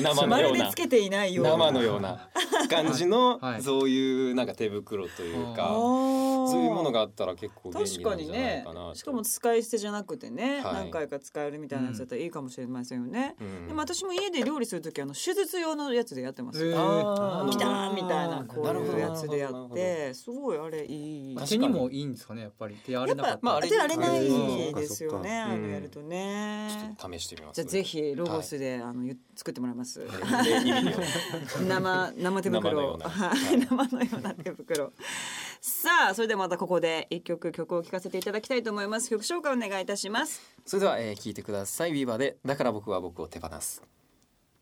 Speaker 2: な
Speaker 1: (laughs) ま
Speaker 2: 生のよ
Speaker 1: る
Speaker 2: う
Speaker 1: で
Speaker 2: な
Speaker 1: つけていないような
Speaker 2: 生のような感
Speaker 1: (laughs)
Speaker 2: じの、
Speaker 4: はいはい
Speaker 2: そういうなんか手袋という
Speaker 1: あ
Speaker 2: か。
Speaker 1: ー
Speaker 2: そういうものがあったら結構便利
Speaker 1: 確
Speaker 2: な
Speaker 1: か
Speaker 2: んじ
Speaker 1: に
Speaker 2: ゃない
Speaker 1: ね
Speaker 2: かなと
Speaker 1: しかも使い捨てじゃなくてね、
Speaker 2: はい
Speaker 1: 何回か使えるみたいなやつだったらいいかもしれませんよね、
Speaker 2: うん
Speaker 1: でも私も家で料理する時あの手術用のやつでやってます、
Speaker 4: えー
Speaker 2: あー
Speaker 1: ピタ
Speaker 2: あ
Speaker 1: ーンみたいなこ
Speaker 2: なるほ
Speaker 1: う
Speaker 2: ど
Speaker 1: いうやつでや
Speaker 2: なる
Speaker 1: っ
Speaker 2: ほどなる
Speaker 1: てすごいあれいい
Speaker 2: 確か
Speaker 4: 手にもいいんですかねやっぱり手荒れなかったり
Speaker 2: まああれ
Speaker 1: 手荒れない
Speaker 3: うん
Speaker 1: ですよね
Speaker 2: そっか
Speaker 1: あのやるとね
Speaker 2: ちょっと試してみます
Speaker 1: じゃあぜひロゴスで、あのゆ作ってもらいます
Speaker 2: はいでいいよ
Speaker 1: (laughs) 生生手
Speaker 2: 生のよ
Speaker 1: 袋
Speaker 2: う
Speaker 1: (laughs)
Speaker 2: な
Speaker 1: はい生のような手袋さあそれではまたここで一曲曲を聴かせていただきたいと思います曲紹介お願いいたします
Speaker 2: それではえー聞いてくださいビーバーでだから僕は僕を手放す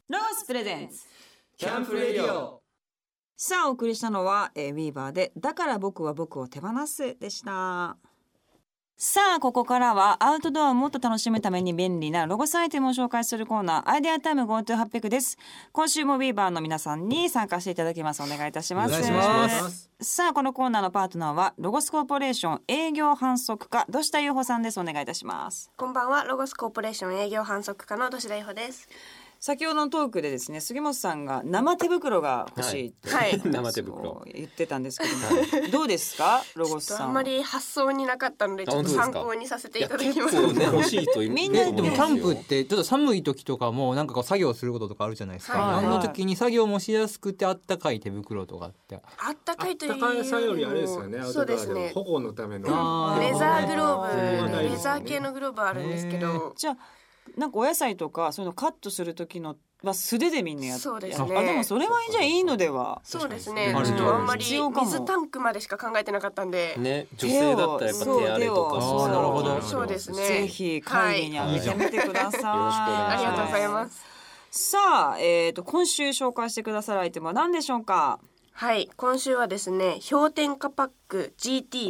Speaker 1: ロースプレゼンツ
Speaker 4: キャンプレディオ
Speaker 1: さあお送りしたのは、えー、ウィーバーでだから僕は僕を手放すでしたさあここからはアウトドアをもっと楽しむために便利なロゴスアイテムを紹介するコーナーアイデアタイム GoTo800 です今週もウィーバーの皆さんに参加していただきますお願いいたします
Speaker 4: お願いします
Speaker 1: さあこのコーナーのパートナーはロゴスコーポレーション営業販促課土下優穂さんですお願いいたします
Speaker 5: こんばんは、ロゴスコーポレーション営業販促課の土田由穂です。
Speaker 1: 先ほどのトークでですね杉本さんが生手袋が欲しいって、
Speaker 5: (laughs) はいはい
Speaker 2: (laughs) 生手袋
Speaker 1: そう言ってたんですけども、どうですかロゴス
Speaker 5: ちょっと
Speaker 1: さ
Speaker 5: あ
Speaker 1: ん
Speaker 5: んまり発想になかったので、
Speaker 2: あ
Speaker 5: ちょっ
Speaker 2: 本当で
Speaker 5: と
Speaker 2: す
Speaker 5: 参
Speaker 2: か
Speaker 5: 考にさせて
Speaker 2: い
Speaker 5: い
Speaker 2: や
Speaker 5: ただ
Speaker 2: 結
Speaker 5: きます。
Speaker 2: 構ね欲しいと
Speaker 1: みんな
Speaker 2: な
Speaker 1: で
Speaker 4: えでもキャンプってちょっと寒い時とかもなんかこう作業することとかあるじゃないですか、
Speaker 5: はい
Speaker 4: あの時に作業もしやすくてあったかい手袋とかって
Speaker 5: あったかいという
Speaker 3: あったかさよりあれですよねアウトド
Speaker 5: そうで
Speaker 3: ア
Speaker 5: す
Speaker 3: でも
Speaker 5: ね。
Speaker 3: 保護のための
Speaker 4: あー
Speaker 5: レザーグロ
Speaker 3: あ
Speaker 5: ー
Speaker 3: ー
Speaker 5: ブ、レザー系のグローブあるんですけ
Speaker 4: へ
Speaker 5: ど、
Speaker 1: じゃあなんかお野菜とかそういうのカットする時のは素手でみんなやって
Speaker 5: そうですね
Speaker 1: あでもそれはいいんじゃいいのでは
Speaker 5: そうですね。
Speaker 4: 確
Speaker 5: ち
Speaker 4: か
Speaker 5: ょ
Speaker 4: に
Speaker 5: っとあんまり
Speaker 1: 必要かも
Speaker 5: 水タンクまでしか考えてなかったんで、
Speaker 2: ね女性だったらやっぱ手荒れとか
Speaker 1: 手を
Speaker 2: そう
Speaker 1: そう
Speaker 2: なるほ
Speaker 4: なるほ
Speaker 2: ど
Speaker 4: ど
Speaker 5: そうですね
Speaker 1: ぜひ会議にあげてみてください、
Speaker 2: はい
Speaker 5: ありがとうございます。
Speaker 1: さあ、えー、と今週紹介してくださるアイテムは何でしょうか
Speaker 5: はい今週はですね氷点下パック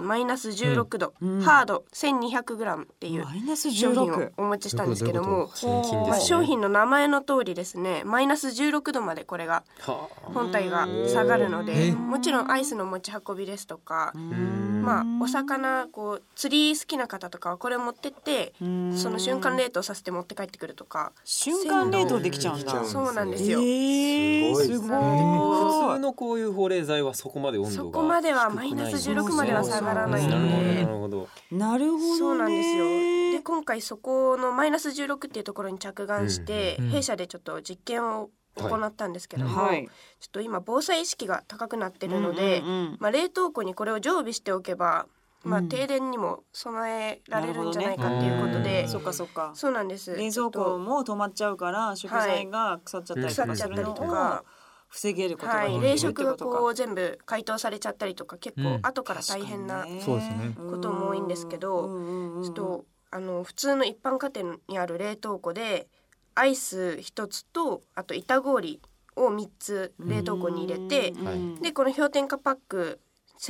Speaker 5: GT-16 度、
Speaker 1: うん
Speaker 5: ハード 1200g っていう
Speaker 1: マイナス
Speaker 5: 商品を
Speaker 1: 16
Speaker 5: お持ちしたんですけど
Speaker 4: どういう
Speaker 5: も
Speaker 2: 新品です
Speaker 5: まあ
Speaker 2: ね。
Speaker 5: 商品の名前の通りですねマイナス16度までこれが
Speaker 2: はあ
Speaker 5: 本体が下がるの
Speaker 4: え
Speaker 5: でもちろんアイスの持ち運びですとか、まあ、お魚こう釣り好きな方とかはこれ持ってってその瞬間冷凍させて持って帰ってくるとか
Speaker 1: 瞬間冷凍できちゃうんだ
Speaker 3: できちゃ
Speaker 5: そうなんですよ。
Speaker 1: えー、
Speaker 3: すご
Speaker 1: す
Speaker 3: い
Speaker 1: ごい
Speaker 2: 普通のこういう保冷剤はそこまで温度が
Speaker 5: そこまではマイナス16までは下がらない
Speaker 2: なるほどな
Speaker 5: の
Speaker 2: る
Speaker 5: で。
Speaker 1: なるほど
Speaker 2: ほど。
Speaker 1: ね
Speaker 5: そうなんですよで今回そこのマイナス16っていうところに着眼して、
Speaker 4: うんうん
Speaker 5: 弊社でちょっと実験を行ったんですけども、
Speaker 1: はい
Speaker 5: ちょっと今防災意識が高くなってるので、
Speaker 1: うんうんうん
Speaker 5: まあ、冷凍庫にこれを常備しておけば、まあ、
Speaker 1: うん
Speaker 5: 停電にも備えられるんじゃないか
Speaker 2: な
Speaker 5: っ
Speaker 2: る
Speaker 5: て
Speaker 2: ほど
Speaker 5: いうことで、
Speaker 2: うん
Speaker 1: そっかそっか
Speaker 5: そうなんです
Speaker 1: 冷蔵庫も止まっちゃうから食材が腐っちゃったり
Speaker 5: 腐
Speaker 1: と
Speaker 5: っ
Speaker 1: か
Speaker 5: ちゃ
Speaker 1: す
Speaker 5: っ
Speaker 1: る
Speaker 5: たり
Speaker 1: の
Speaker 5: と
Speaker 1: を
Speaker 5: か、
Speaker 1: 防げることが
Speaker 5: は
Speaker 1: でき
Speaker 5: い、
Speaker 1: る
Speaker 5: 冷
Speaker 1: って
Speaker 5: 食
Speaker 1: こ
Speaker 5: が
Speaker 1: と
Speaker 5: こ
Speaker 1: か
Speaker 5: う全部解凍されちゃったりとか結
Speaker 4: う
Speaker 5: 構
Speaker 4: ん
Speaker 5: 後から大変な、
Speaker 1: 確かに
Speaker 4: そうですね
Speaker 5: ことも多いんですけど
Speaker 1: うんうんうんうん
Speaker 5: ちょっとあの普通の一般家庭にある冷凍庫でアイス一つとあと板氷を3つ冷凍庫に入れて、
Speaker 1: うん
Speaker 2: はい
Speaker 5: でこの氷点下パック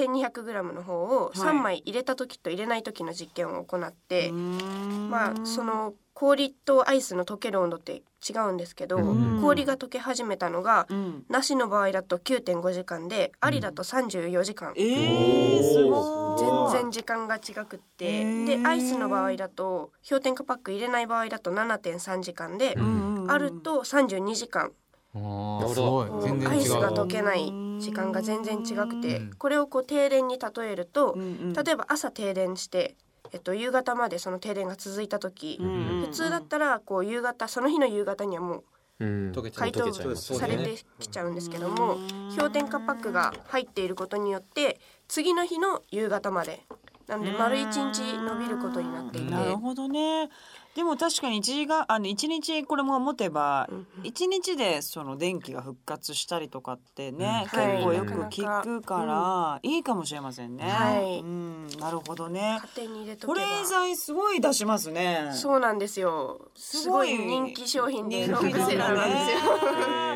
Speaker 5: 1200g の方を
Speaker 1: い
Speaker 5: 3枚入れた時と入れない時の実験を行って、
Speaker 1: うん
Speaker 5: まあその氷とアイスの溶ける温度って違うんですけど、
Speaker 2: うん
Speaker 5: 氷が溶け始めたのが
Speaker 1: うん
Speaker 5: なしの場合だと9.5時間でありだと34時間、
Speaker 1: えー、すごい
Speaker 5: 全然時間が違くって、
Speaker 1: へー
Speaker 5: でアイスの場合だと氷点下パック入れない場合だと7.3時間で、あると32時間、
Speaker 4: ああ
Speaker 2: なるほ
Speaker 4: すご
Speaker 2: ど
Speaker 4: い全
Speaker 5: ア
Speaker 4: 然
Speaker 5: イ
Speaker 4: 違
Speaker 5: ス
Speaker 4: う
Speaker 5: が溶けない時間が全然違くて、
Speaker 4: うん
Speaker 5: これをこう停電に例えると、例
Speaker 1: え
Speaker 5: えば朝停電して、えっと、夕方までその停電が続いた時、
Speaker 1: ん
Speaker 5: 普通だったらこう夕方その日の夕方にはも
Speaker 2: うん
Speaker 3: 溶けちゃ
Speaker 5: 解凍
Speaker 2: 溶けちゃいます
Speaker 5: う
Speaker 2: ね
Speaker 5: されてきちゃうんですけども、氷点下パックが入っていることによって次の日の夕方までなので丸一日伸びることになっていて。
Speaker 1: なるほどねでも確かに一時があの一日これも持てば
Speaker 5: うん
Speaker 1: 一日でその電気が復活したりとかってね、
Speaker 5: うんはい
Speaker 1: 結構よく
Speaker 5: なかなか
Speaker 1: 聞くから、いいかもしれませんね、
Speaker 5: はい
Speaker 1: うん、なるほどね
Speaker 5: 家庭に入れと
Speaker 1: 保
Speaker 5: け
Speaker 1: 冷
Speaker 5: ば
Speaker 1: 剤すごい出しますね
Speaker 5: そうなんですよ
Speaker 1: す
Speaker 5: す
Speaker 1: ご
Speaker 5: ご
Speaker 1: い
Speaker 5: い人気商品で
Speaker 1: 人
Speaker 5: ロ
Speaker 1: 気
Speaker 5: ング
Speaker 1: だね
Speaker 5: (laughs) セラーなんですよ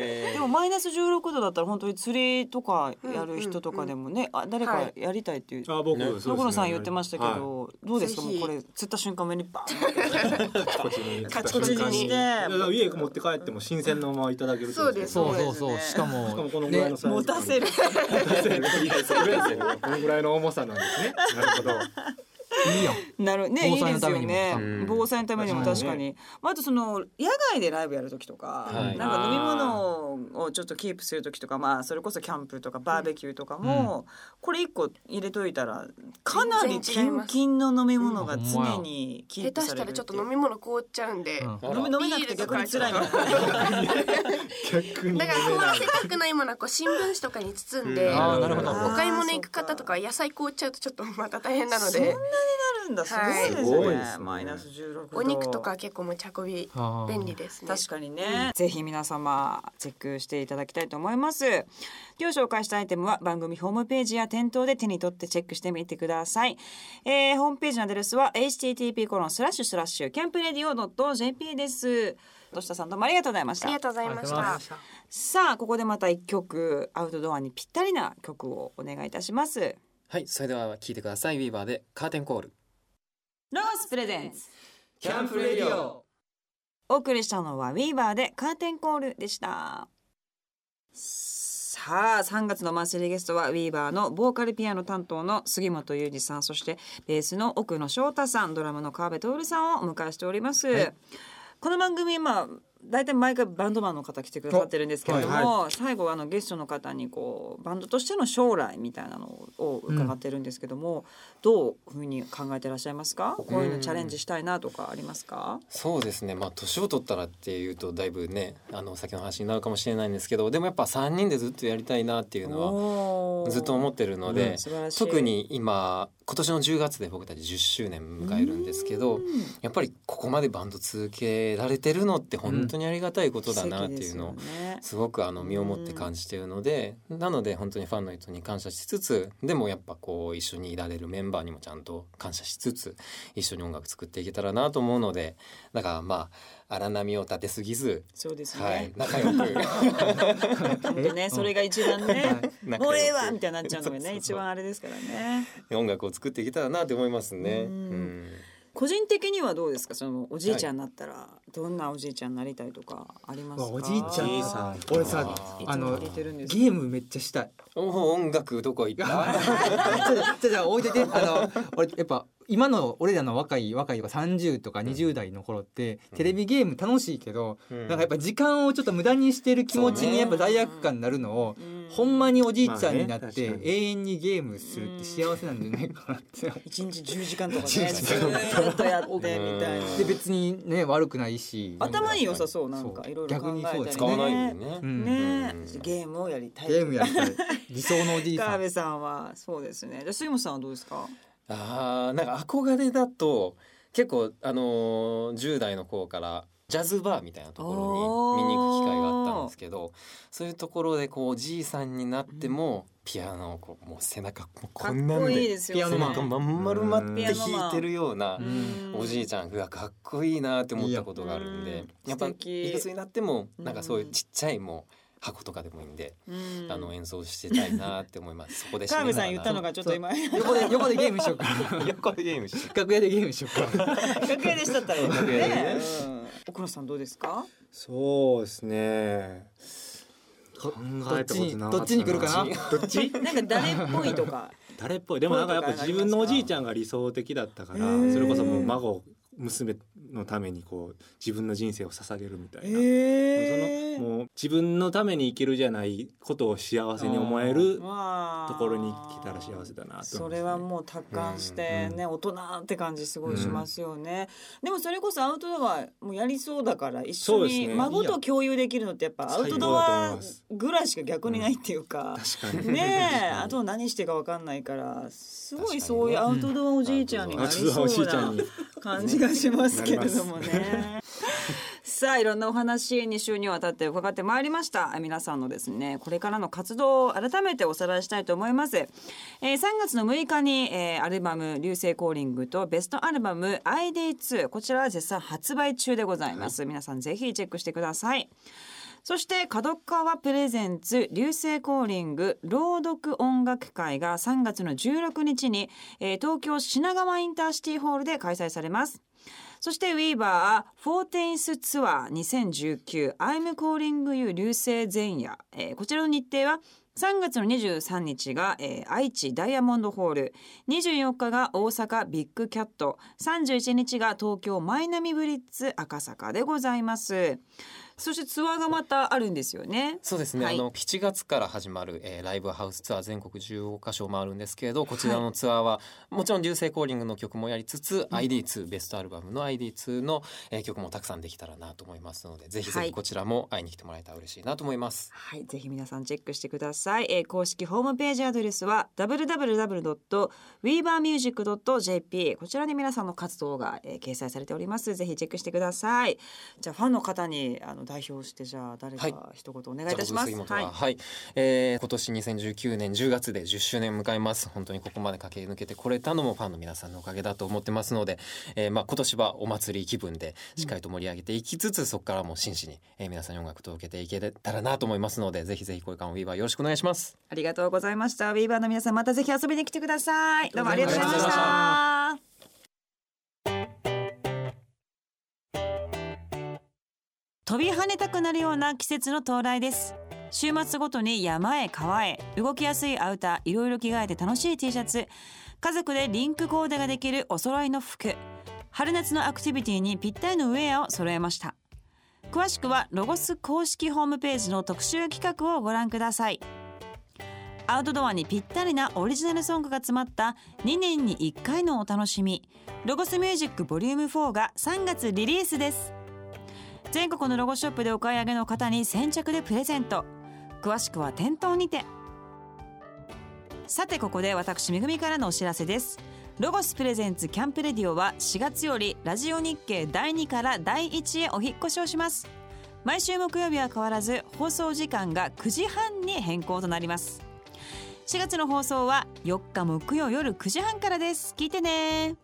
Speaker 1: (laughs)
Speaker 2: え
Speaker 1: でもマイナス16度だったら本当に釣りとかやる人とかでもね、あ誰
Speaker 5: は
Speaker 1: か
Speaker 5: い
Speaker 1: やりたいっていう、
Speaker 3: あ僕、
Speaker 2: ね
Speaker 3: そうです
Speaker 1: 所さん言ってましたけ
Speaker 3: はい
Speaker 1: ど、どうですかも
Speaker 5: ぜ
Speaker 1: う
Speaker 5: ひ
Speaker 1: これ釣った瞬間目にバーンって
Speaker 3: カチコチに
Speaker 1: カチコチにして
Speaker 3: だから家持って帰っても新鮮なままいただけるってこと
Speaker 4: そうそう
Speaker 1: そう
Speaker 4: そう
Speaker 1: ですね
Speaker 4: しか
Speaker 3: しかも
Speaker 4: も
Speaker 3: このぐらいの (laughs) サイズ
Speaker 1: 持たせる
Speaker 3: 持たせるいいですねこのぐらいの重さなんですねなるほど
Speaker 4: いいやん
Speaker 1: なるねい
Speaker 4: 防
Speaker 1: い
Speaker 4: 災
Speaker 1: で
Speaker 4: の
Speaker 1: す
Speaker 4: た
Speaker 1: よ
Speaker 4: めにも
Speaker 1: ね
Speaker 2: うん
Speaker 1: 防災のためにも確
Speaker 3: 確
Speaker 1: か
Speaker 3: か
Speaker 1: に、
Speaker 3: に
Speaker 1: まあ、あとその野外でライブやる時とか、
Speaker 2: はい
Speaker 1: なんか飲み物をちょっとキープする時とかまあそれこそキャンプとかバーベキューとかも、これ一個入れといたらかなりキンキンの飲み物が常にキ
Speaker 5: 下
Speaker 1: ープ
Speaker 5: 手
Speaker 1: さ
Speaker 5: した
Speaker 1: れる
Speaker 5: ら
Speaker 1: っ
Speaker 5: ち
Speaker 1: てい
Speaker 5: ょ
Speaker 1: う
Speaker 5: っと飲み物凍っちゃうんで、
Speaker 4: うん
Speaker 2: あら
Speaker 1: 飲み飲めなくて逆に辛いみたいな。
Speaker 3: 逆に
Speaker 5: だから凍らせたくないものはこう新聞紙とかに包んで、
Speaker 3: うん
Speaker 4: あーなるほど
Speaker 5: お買い物行く方とかは野菜凍っちゃうとちょっとまた大変なの
Speaker 1: そんなに
Speaker 5: で
Speaker 1: なるんだ。すごいです
Speaker 3: す
Speaker 1: ね。
Speaker 3: ごいですね
Speaker 1: マイナス16度。
Speaker 5: お肉とか結構持ち運び
Speaker 4: あー
Speaker 5: 便利ですね
Speaker 1: 確かにね、ぜひ皆様チェックしていただきたいと思います今日紹介したアイテムは番組ホームページや店頭で手に取ってチェックしてみてください、えーホームページのアドレスは http コロンスラッシュスラッシュキャンプレディオ .jp です土下さんどうもありがとうございまし
Speaker 5: あり
Speaker 1: た
Speaker 5: がとうございまし
Speaker 4: ありがとうござい
Speaker 5: た
Speaker 4: まし
Speaker 1: さあここでまた一曲アウトドアにぴったりな曲をお願いいたします
Speaker 2: はい、それでは聞いてください。ウィーバーでカーテンコール。
Speaker 1: ロースプレゼンツ
Speaker 4: キャンプレディオ
Speaker 1: お送りしたのはウィーバーでカーテンコールでしたさあ3月のマンスリーゲストはウィーバーのボーカルピアノ担当の杉本裕二さんそしてベースの奥野翔太さんドラムの川辺徹さんをお迎えしております、この番組まあ大体毎回バンドマンの方来てくださってるんですけれども、
Speaker 3: はい
Speaker 1: 最後あのゲストの方にこうバンドとしての将来みたいなのを伺ってるんですけども、どういうふうに考えてらっしゃいますかこういうのチャレンジしたいなとかありますか、
Speaker 2: そうですね。まあ年を取ったらっていうとだいぶね、あの先の話になるかもしれないんですけど、でもやっぱ三人でずっとやりたいなっていうのは
Speaker 1: おー
Speaker 2: ずっと思ってるの
Speaker 1: うん
Speaker 2: で
Speaker 1: 素晴らしい、
Speaker 2: 特に今今年の10月で僕たち10周年迎えるんですけどやっぱりここまでバンド続けられてるのって本当にありがたいことだなっていうのをすごくあの身をもって感じてるのでなので本当にファンの人に感謝しつつでもやっぱこう一緒にいられるメンバーにもちゃんと感謝しつつ一緒に音楽作っていけたらなと思うのでだからまあ荒波を立てすぎず、
Speaker 1: そうです
Speaker 2: は
Speaker 1: ね
Speaker 2: い、。仲
Speaker 1: (laughs)
Speaker 2: 良く
Speaker 1: 本当ね、それが一番ね、
Speaker 2: 仲良く
Speaker 1: もうええわみたいになっちゃうのが
Speaker 2: (laughs) そうそうそ
Speaker 1: ね、
Speaker 2: う
Speaker 1: 一番あれですからね。
Speaker 2: 音楽を作っていけたらなって思いますね。
Speaker 1: う
Speaker 2: うんん
Speaker 1: 個人的にはどうですか、そのおじいちゃんになったら、どんなおじいちゃんになりたいとかありますか。
Speaker 4: おじいちゃん
Speaker 3: おじい
Speaker 1: い
Speaker 3: さん
Speaker 4: 俺さ
Speaker 1: つも
Speaker 4: あの
Speaker 1: 聞いてるんですけど
Speaker 4: ゲームめっちゃしたい。
Speaker 2: お音楽どこ
Speaker 1: (laughs)
Speaker 2: 行った
Speaker 4: じゃじゃ置いててあの (laughs) 俺やっぱ今の俺らの若い若いとか30とか20代の頃って、
Speaker 2: うん
Speaker 4: テレビゲーム楽しいけど、
Speaker 2: うん
Speaker 4: なんかやっぱ時間をちょっと無駄にしてる気持ち
Speaker 2: そう
Speaker 4: に
Speaker 2: ね
Speaker 4: やっぱ罪悪感になるのを、
Speaker 1: うん
Speaker 4: ほんまにおじいちゃんになっ
Speaker 3: まあ
Speaker 4: て、
Speaker 3: ね確かに
Speaker 4: 永遠にゲームするって幸せなんじゃないかなって。
Speaker 1: 一日10時間
Speaker 4: (laughs)
Speaker 1: とかね、ず
Speaker 2: 10時間
Speaker 1: ーっとやってみたいな。
Speaker 2: うん
Speaker 4: で別にね悪くないし
Speaker 1: 頭に良さそうなんか
Speaker 4: そう
Speaker 1: いろいろ考えたり
Speaker 4: 逆にそうです
Speaker 2: 使わないんでね。
Speaker 4: うん
Speaker 1: ね
Speaker 2: うん、
Speaker 1: ゲームをやりたい。
Speaker 4: ゲームやりたい理想のおじい
Speaker 1: 川
Speaker 4: さん
Speaker 1: 辺さんはそうですね。じゃあ杉本さんはどうですか。
Speaker 2: ああなんか憧れだと結構あのー10代の頃からジャズバーみたいなところに見に行く機会があったんですけどそういうところでこうおじいさんになってもピアノをこうもう背中もう
Speaker 1: か
Speaker 2: こ
Speaker 1: っ
Speaker 2: んなん
Speaker 1: こいい
Speaker 2: で
Speaker 1: ですよね。
Speaker 4: ピアノ
Speaker 2: 背
Speaker 4: マン
Speaker 2: 中まん丸まって
Speaker 1: ピア
Speaker 2: 弾
Speaker 1: ノマン
Speaker 2: いてるような
Speaker 4: う。
Speaker 1: うん
Speaker 2: おじいちゃんがかっこいいなって思ったことがあるん
Speaker 1: いや
Speaker 2: で
Speaker 1: うん
Speaker 2: やっぱ
Speaker 1: 素
Speaker 2: い
Speaker 1: 敵
Speaker 2: くつになってもなんかそういう
Speaker 1: うん
Speaker 2: ちっちゃいもう箱とかでもいいんで、
Speaker 1: うん
Speaker 2: あの演奏してたいなって思いますそこで
Speaker 1: 川
Speaker 2: 締め
Speaker 1: 辺
Speaker 2: な
Speaker 1: さ
Speaker 2: が
Speaker 1: ん言ったのが
Speaker 2: ら (laughs)
Speaker 1: ちょっと今
Speaker 4: 横で横でゲームしようか
Speaker 2: 横でゲームして
Speaker 4: (laughs) 楽屋でゲームしようか
Speaker 1: 楽屋でしたったら
Speaker 2: 楽屋でね
Speaker 1: ね。うん奥野さんどうですか。
Speaker 3: そうですね。考えたことなかったな
Speaker 4: どっちにどっちに来るかな
Speaker 3: どっち？
Speaker 1: なんか誰っぽいとか。
Speaker 3: 誰っぽい。でもなんかやっぱ自分のおじいちゃんが理想的だったから
Speaker 1: へー、
Speaker 3: それこそもう孫娘のためにこう自分の人生を捧げるみたいな。
Speaker 1: え
Speaker 3: そのもう自分のために生きるじゃないことを幸せに思える
Speaker 1: わあ
Speaker 3: ところに来たら幸せだなと思いますね
Speaker 1: それはもう達観してね、大人って感じすごいしますよね、でもそれこそアウトドアもうやりそうだから一
Speaker 3: そ
Speaker 1: 緒
Speaker 3: うです
Speaker 1: に
Speaker 3: ね
Speaker 1: 孫と共有できるのってやっぱアウトドアぐらいしか逆にないっていうか、
Speaker 3: 確かに
Speaker 1: ねえ (laughs)
Speaker 3: (laughs) 確かに
Speaker 1: あと何していいかわかんないからすご
Speaker 2: 確かに
Speaker 1: い
Speaker 2: ね
Speaker 1: そういうアウトドアおじいちゃんにな
Speaker 3: あ
Speaker 1: り
Speaker 3: ちょっと
Speaker 1: そ
Speaker 3: おじ
Speaker 1: う
Speaker 3: いちゃん
Speaker 1: な
Speaker 3: に
Speaker 1: 感じがしますけれどもね。 (laughs) さあいろんなお話2週にわたって伺ってまいりました皆さんのですねこれからの活動を改めておさらいしたいと思います、えー3月の6日に、えーアルバム「流星コーリング」とベストアルバム「ID2」こちらは絶賛発売中でございます、皆さんぜひチェックしてくださいそして角川プレゼンツ流星コーリング朗読音楽会が3月の16日に、えー東京品川インターシティホールで開催されますそしてウィーバーフォーテインスツアー2019 I'm calling you 流星前夜、えーこちらの日程は3月の23日が、えー愛知ダイヤモンドホール24日が大阪ビッグキャット31日が東京マイナミブリッツ赤坂でございますそしてツアーがまたあるんですよね
Speaker 2: そうですね、
Speaker 1: はい
Speaker 2: あの7月から始まる、えーライブハウスツアー全国15カ所回るんですけれどこちらのツアーは、もちろん流星コーリングの曲もやりつつ、ID2 ベストアルバムの ID2 の、えー曲もたくさんできたらなと思いますのでぜひぜ
Speaker 1: は
Speaker 2: ひ
Speaker 1: い
Speaker 2: こちらも会いに来てもらえたら嬉しいなと思います。
Speaker 1: はい、ぜひ皆さんチェックしてください。えー公式ホームページアドレスは www.weavermusic.jp こちらに皆さんの活動が、えー掲載されております。ぜひチェックしてください。じゃあファンの方にあの代表してじゃあ誰
Speaker 2: はい
Speaker 1: か一言お願いいたします。
Speaker 2: じゃあ僕杉本
Speaker 1: はい
Speaker 2: は、はい、えー今年2019年10月で10周年迎えます。本当にここまで駆け抜けてこれたのもファンの皆さんのおかげだと思ってますので、えーまあ今年はお祭り気分でしっかりと盛り上げていきつつ、そこからも真摯に、えー皆さんに音楽届けていけたらなと思いますので、ぜひぜひこれからも Weaver よろしくお願いします。
Speaker 1: ありがとうございました。ウィーバーの皆さんまたぜひ遊びに来てください。どうもありがとうございまし
Speaker 2: ありがとうござい
Speaker 1: た。飛び跳ねたくなるような季節の到来です。週末ごとに山へ川へ動きやすいアウターいろいろ着替えて楽しい T シャツ家族でリンクコーデができるお揃いの服春夏のアクティビティにぴったりのウェアを揃えました詳しくはロゴス公式ホームページの特集企画をご覧くださいアウトドアにぴったりなオリジナルソングが詰まった2年に1回のお楽しみロゴスミュージックボリューム4が3月リリースです全国のロゴショップでお買い上げの方に先着でプレゼント詳しくは店頭にてさてここで私めぐみからのお知らせですロゴスプレゼンツキャンプレディオは4月よりラジオ日経第2から第1へお引っ越しをします毎週木曜日は変わらず放送時間が9時半に変更となります4月の放送は4日木曜夜9時半からです聞いてね